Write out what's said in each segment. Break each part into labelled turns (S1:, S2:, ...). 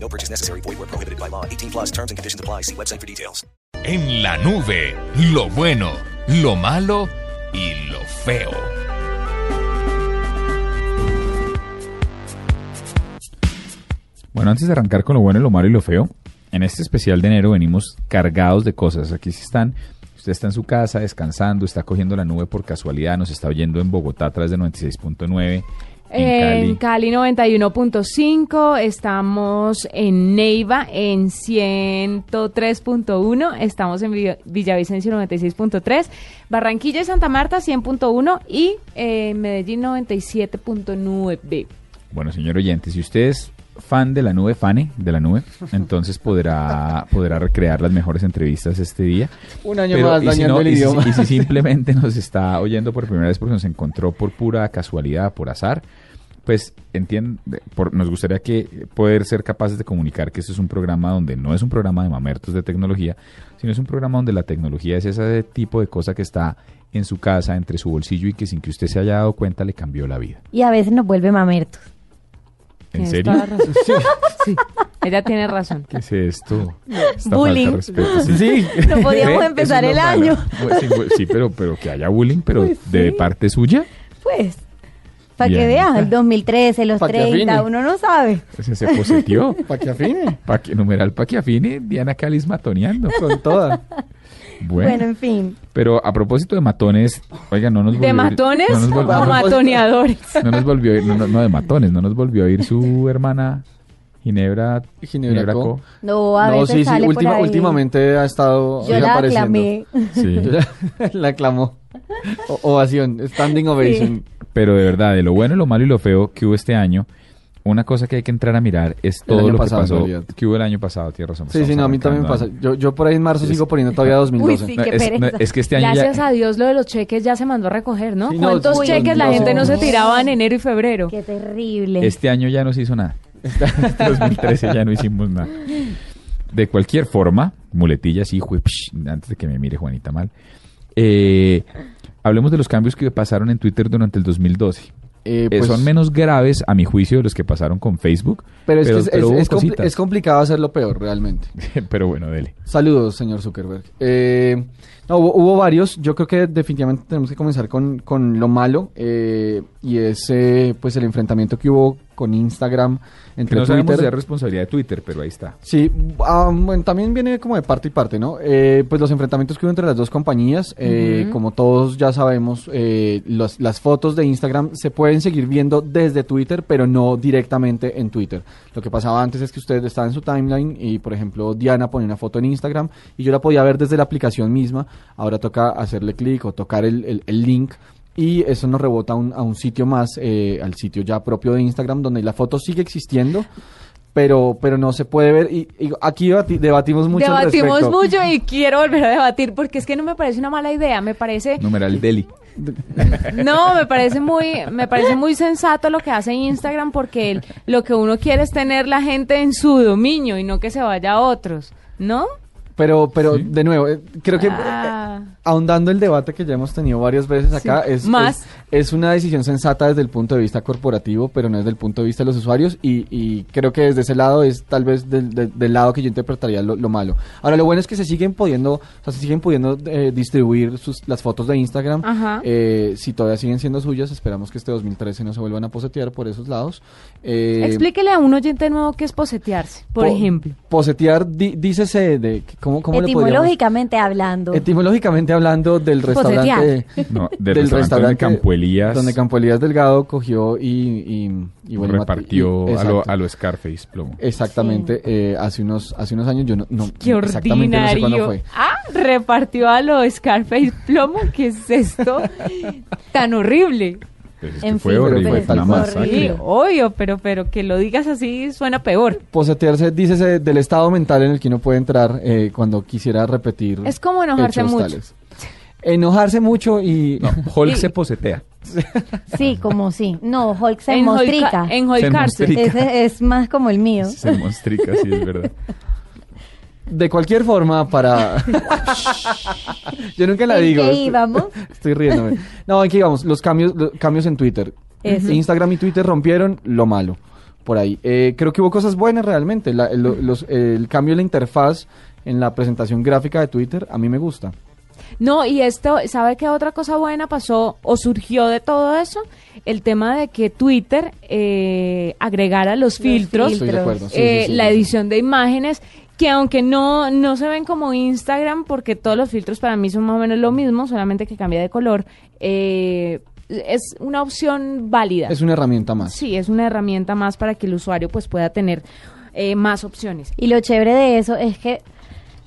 S1: No purchase necessary. Void where prohibited by law. 18 plus terms and conditions apply. See website for details.
S2: En la nube, lo bueno, lo malo y lo feo.
S3: Bueno, antes de arrancar con lo bueno, lo malo y lo feo, en este especial de enero venimos cargados de cosas. Aquí sí están, usted está en su casa descansando, está cogiendo la nube por casualidad, nos está oyendo en Bogotá a través de 96.9.
S4: Eh, En
S3: En Cali.
S4: Cali, 91.5, estamos en Neiva en 103.1, estamos en Vi- Villavicencio 96.3, Barranquilla y Santa Marta 100.1 y eh, Medellín 97.9.
S3: Bueno, señor oyente, si usted es fan de la nube, fane de la nube, entonces podrá, podrá recrear las mejores entrevistas este día.
S5: Un año
S3: Pero,
S5: más
S3: y si
S5: dañando
S3: no,
S5: el
S3: y si-
S5: idioma.
S3: y si simplemente nos está oyendo por primera vez porque nos encontró por pura casualidad, por azar, pues entiende, por- nos gustaría que eh, poder ser capaces de comunicar que este es un programa donde no es un programa de mamertos de tecnología, sino es un programa donde la tecnología es ese tipo de cosa que está en su casa, entre su bolsillo y que sin que usted se haya dado cuenta le cambió la vida.
S6: Y a veces nos vuelve mamertos.
S3: ¿En
S4: Tienes
S3: serio?
S4: toda la razón. Sí, ella tiene razón.
S3: ¿Qué es esto? Esta
S6: Bullying.
S3: falta de respeto, sí.
S6: No podíamos
S3: Ve,
S6: empezar
S3: eso es
S6: el
S3: lo
S6: año.
S3: malo. Sí, bu- sí, pero, pero que haya bullying, pero de parte suya.
S6: Pues, para
S3: Bien.
S6: que veas, el 2013, los
S5: Pa' que
S6: 30,
S5: afine.
S6: uno no sabe.
S3: Se, se positió.
S5: Para que afine.
S3: Pa que, numeral pa' que afine, Diana Calis matoneando.
S5: Con toda.
S3: Bueno,
S6: Bueno, en fin.
S3: pero a propósito de matones, oiga, no nos volvió
S4: ¿De
S3: a ir-
S4: matones
S3: No nos
S4: o
S3: volvió, no nos-
S4: matoneadores?
S3: no nos volvió a ir, no, no, no, de matones, no nos volvió a ir su hermana Ginebra.
S5: Ginebra Co.
S3: Co.
S6: No, a
S5: no,
S6: veces
S5: sí, sí.
S6: sale por
S5: última-
S6: ahí.
S5: Últimamente ha estado
S6: Yo la
S5: desapareciendo.
S6: aclamé.
S3: Sí.
S5: Yo la, la aclamó. O- ovación. Standing ovation.
S3: Pero de verdad, de lo bueno, lo malo y lo feo que hubo este año, una cosa que hay que entrar a mirar es todo
S5: año
S3: lo
S5: pasado, en
S3: que pasó,
S5: realidad.
S3: que hubo el año pasado, tierra razón.
S5: Sí, sí, no, a mí también pasa. Yo, yo por ahí en marzo
S3: Sí,
S5: sigo
S3: sí.
S5: poniendo todavía 2012.
S6: Uy, sí.
S3: No,
S6: qué
S3: es, no,
S6: pereza.
S3: es que este año
S4: Gracias
S3: ya...
S4: a Dios lo de los cheques ya se mandó a recoger, ¿no?
S5: Sí, no,
S4: ¿Cuántos
S5: sí,
S4: cheques la
S6: no,
S4: gente no
S6: no.
S4: se tiraba en enero y febrero?
S6: Qué terrible.
S3: Este año ya no se hizo nada. Este 2013 ya no hicimos nada. De cualquier forma, muletillas, hijo, de psh, antes de que me mire Juanita mal. eh, hablemos de los cambios que pasaron en Twitter durante el 2012.
S5: Eh,
S3: Eh, son menos graves, a mi juicio, de los que pasaron con Facebook.
S5: Pero es que es,
S3: pero
S5: es-
S3: hubo
S5: es compli-
S3: cositas.
S5: es complicado hacerlo peor, realmente.
S3: pero bueno, dele.
S5: Saludos, señor Zuckerberg. Eh, no, hubo, hubo varios. Yo creo que definitivamente tenemos que comenzar con, con lo malo. eh, y es eh, pues el enfrentamiento que hubo con Instagram
S3: Que
S5: entre
S3: no sabemos
S5: Twitter.
S3: si es responsabilidad de Twitter, pero ahí está.
S5: Sí, ah, bueno, también viene como de parte y parte, ¿no? Eh, pues los enfrentamientos que hubo entre las dos compañías, eh, como todos ya sabemos, eh, los- las fotos de Instagram se pueden seguir viendo desde Twitter, pero no directamente en Twitter. Lo que pasaba antes es que usted estaba en su timeline y, por ejemplo, Diana ponía una foto en Instagram y yo la podía ver desde la aplicación misma. Ahora toca hacerle clic o tocar el- el- el link y eso nos rebota a un, a un sitio más, eh, al sitio ya propio de Instagram, donde la foto sigue existiendo, pero, pero no se puede ver. Y, y aquí debati- debatimos mucho. al
S4: Debatimos
S5: respecto.
S4: mucho y quiero volver a debatir porque es que no me parece una mala idea, me
S5: Eh,
S4: parece
S3: Numeral Deli.
S4: no, me parece muy me parece muy sensato lo que hace Instagram porque el- lo que uno quiere es tener la gente en su dominio y no que se vaya a otros, ¿no?
S5: Pero, pero de nuevo, eh, creo que eh,
S4: Ah.
S5: ahondando el debate que ya hemos tenido varias veces acá, es,
S4: Más.
S5: es, es una decisión sensata desde el punto de vista corporativo, pero no desde el punto de vista de los usuarios, y, y creo que desde ese lado es tal vez del, del- del lado que yo interpretaría lo, lo malo. Ahora, lo bueno es que se siguen pudiendo, o sea, se siguen pudiendo eh, distribuir sus, las fotos de Instagram,
S4: Ajá.
S5: eh, si todavía siguen siendo suyas, esperamos que este 2013 no se vuelvan a posetear por esos lados. Eh,
S4: Explíquele a un oyente nuevo qué es posetearse, por
S5: po-
S4: ejemplo.
S5: Posetear, di- dícese de, ¿cómo, cómo le podríamos...?
S6: Etimológicamente hablando.
S5: Etimológicamente hablando del restaurante...
S3: No, del, restaurante, donde Campo Elías
S5: Donde Campo Elías Delgado cogió y... y, y bueno, mate-
S3: repartió
S5: y-
S3: a, lo,
S5: exacto.
S3: a lo Scarface, plomo.
S5: Exactamente, eh, hace, unos, hace unos años yo no... no
S4: Qué
S5: exactamente no sé
S4: ordinario.
S5: cuándo fue.
S4: Ah, repartió a lo Scarface plomo, ¿qué es esto? Tan horrible.
S3: Pues es que
S6: En
S3: fue
S6: fin,
S3: horrible, ¿ah?
S6: pero
S3: fue una
S6: fue
S3: masacre.
S4: Sí,
S6: horrible.
S4: obvio, pero, pero que lo digas así suena peor.
S5: Posetearse, dícese, del estado mental en el que uno puede entrar eh, cuando quisiera repetir.
S4: Es como enojarse
S5: hechos
S4: mucho.
S5: tales. Enojarse mucho y.
S3: No, Hulk
S4: Sí.
S3: se posetea.
S6: Sí, como sí. No, Hulk se
S4: Enjolca-
S6: mostrica.
S4: enjolcarse.
S3: Se mostrica.
S6: Ese es más como el mío.
S3: Se monstrica, sí, es verdad.
S5: De cualquier forma, para. Yo nunca la
S6: ¿En
S5: digo.
S6: qué
S5: estoy-
S6: íbamos?
S5: Estoy riéndome. No, aquí vamos. Los cambios, los cambios en Twitter.
S6: Eso.
S5: Instagram y Twitter rompieron lo malo. Por ahí. Eh, creo que hubo cosas buenas realmente. La- lo- los- el cambio en la interfaz, en la presentación gráfica de Twitter, a mí me gusta.
S4: No, y esto, ¿sabe qué otra cosa buena pasó o surgió de todo eso? El tema de que Twitter eh, agregara
S6: Los
S4: los, filtros,
S6: filtros.
S5: Estoy de acuerdo. sí, sí,
S4: eh,
S5: sí,
S4: la
S5: sí, sí.
S4: edición de imágenes, que aunque no, no se ven como Instagram, porque todos los filtros para mí son más o menos lo mismo, solamente que cambia de color, eh, es una opción válida.
S5: Es una herramienta más.
S4: Sí, es una herramienta más para que el usuario pues pueda tener eh, más opciones.
S6: Y lo chévere de eso es que,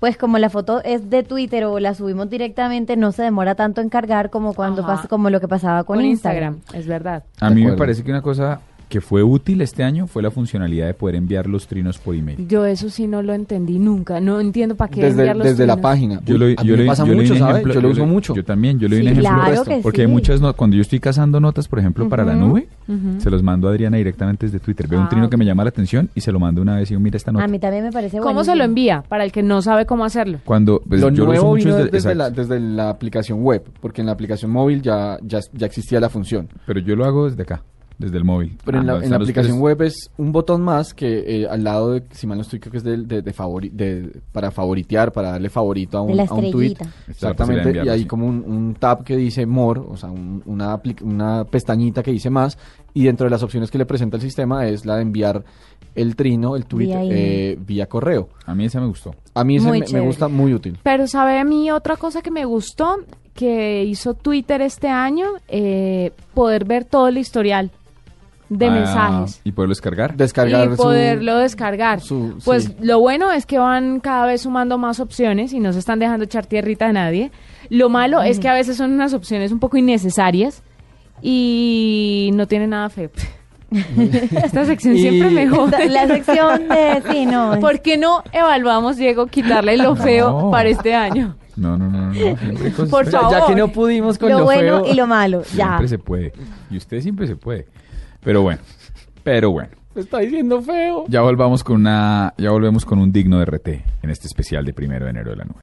S6: pues como la foto es de Twitter o la subimos directamente, no se demora tanto en cargar como cuando
S4: Ajá.
S6: pasa, como lo que pasaba con, Instagram.
S4: es verdad.
S3: A
S5: De
S3: mí me
S5: acuerdo.
S3: parece que una cosa que fue útil este año fue la funcionalidad de poder enviar los trinos por email.
S4: Yo eso sí no lo entendí nunca. No entiendo para qué
S5: Desde,
S4: enviar los
S5: desde la
S4: trinos.
S5: página.
S3: Yo lo,
S5: a mí
S3: yo
S5: me
S3: le-
S5: pasa
S3: yo le di
S5: mucho,
S3: un
S5: ¿sabes?
S3: ejemplo-
S5: yo lo uso
S3: le-
S5: mucho.
S3: Yo también, yo le di un
S6: Sí,
S3: ejemplo.
S6: claro
S3: de esto,
S6: que
S3: porque hay
S6: sí.
S3: muchas, no- cuando yo estoy cazando notas, por ejemplo, para la
S6: Ujú,
S3: nube,
S4: ujú.
S3: se los mando a Adriana directamente desde Twitter. Veo
S4: Ah,
S3: un trino que
S4: ok.
S3: me llama la atención y se lo mando una vez y digo, mira esta nota.
S6: A mí también me parece
S4: ¿Cómo se
S6: buenísimo.
S4: lo envía? Para el que no sabe cómo hacerlo.
S3: Cuando, pues, yo
S5: lo
S3: lo uso
S5: nuevo
S3: mucho
S5: vino
S3: desde-
S5: desde, la,
S3: exacto.
S5: desde la aplicación web, porque en la aplicación móvil ya, ya, ya existía la función.
S3: Pero yo lo hago desde acá, desde el móvil.
S5: Pero en la,
S3: Ah,
S5: en la
S3: están los
S5: aplicación
S3: tres-
S5: web es un botón más que eh, al lado de, si mal no estoy, creo que es del- de, de favori- de- para favoritear, para darle favorito a
S6: De
S5: un,
S6: la
S5: a un tweet.
S6: estrellita.
S3: Está la posibilidad de
S5: Exactamente, y
S3: pues enviarlo,
S5: hay
S3: sí.
S5: como un, un tab que dice more, o sea, un- una, apli- una pestañita que dice más, y dentro de las opciones que le presenta el sistema es la de enviar el trino, el tweet,
S6: Vía
S5: eh,
S6: email.
S5: vía, correo.
S3: A mí esa me gustó.
S5: A mí ese
S6: Muy
S5: me- me,
S6: chévere.
S5: gusta muy útil.
S4: Pero sabe a mí otra cosa que me gustó que hizo Twitter este año, eh, poder ver todo el historial de
S3: Ah,
S4: mensajes.
S3: Y poderlo descargar.
S5: Descargar
S4: y
S5: su-
S4: poderlo descargar.
S5: su- sí.
S4: pues lo bueno es que van cada vez sumando más opciones y no se están dejando echar tierrita a nadie. Lo malo es que a veces son unas opciones un poco innecesarias y no tiene nada fe. Esta sección
S5: Y-
S4: siempre me
S6: Esta-
S4: jode.
S6: La sección de... Sí, no. es-
S4: ¿Por qué no evaluamos, Diego, quitarle lo feo
S3: No.
S4: para este año?
S3: No, no, no, no. no, siempre hay cosas
S4: Por
S3: feas.
S4: favor.
S5: Ya que no pudimos con lo,
S6: lo bueno
S5: feo,
S6: y lo malo. Ya.
S3: Siempre se puede. Y usted siempre se puede. Pero bueno, pero bueno.
S5: me está diciendo feo.
S3: Ya volvamos con una, ya volvemos con un digno de RT en este especial de primero de enero de la nube.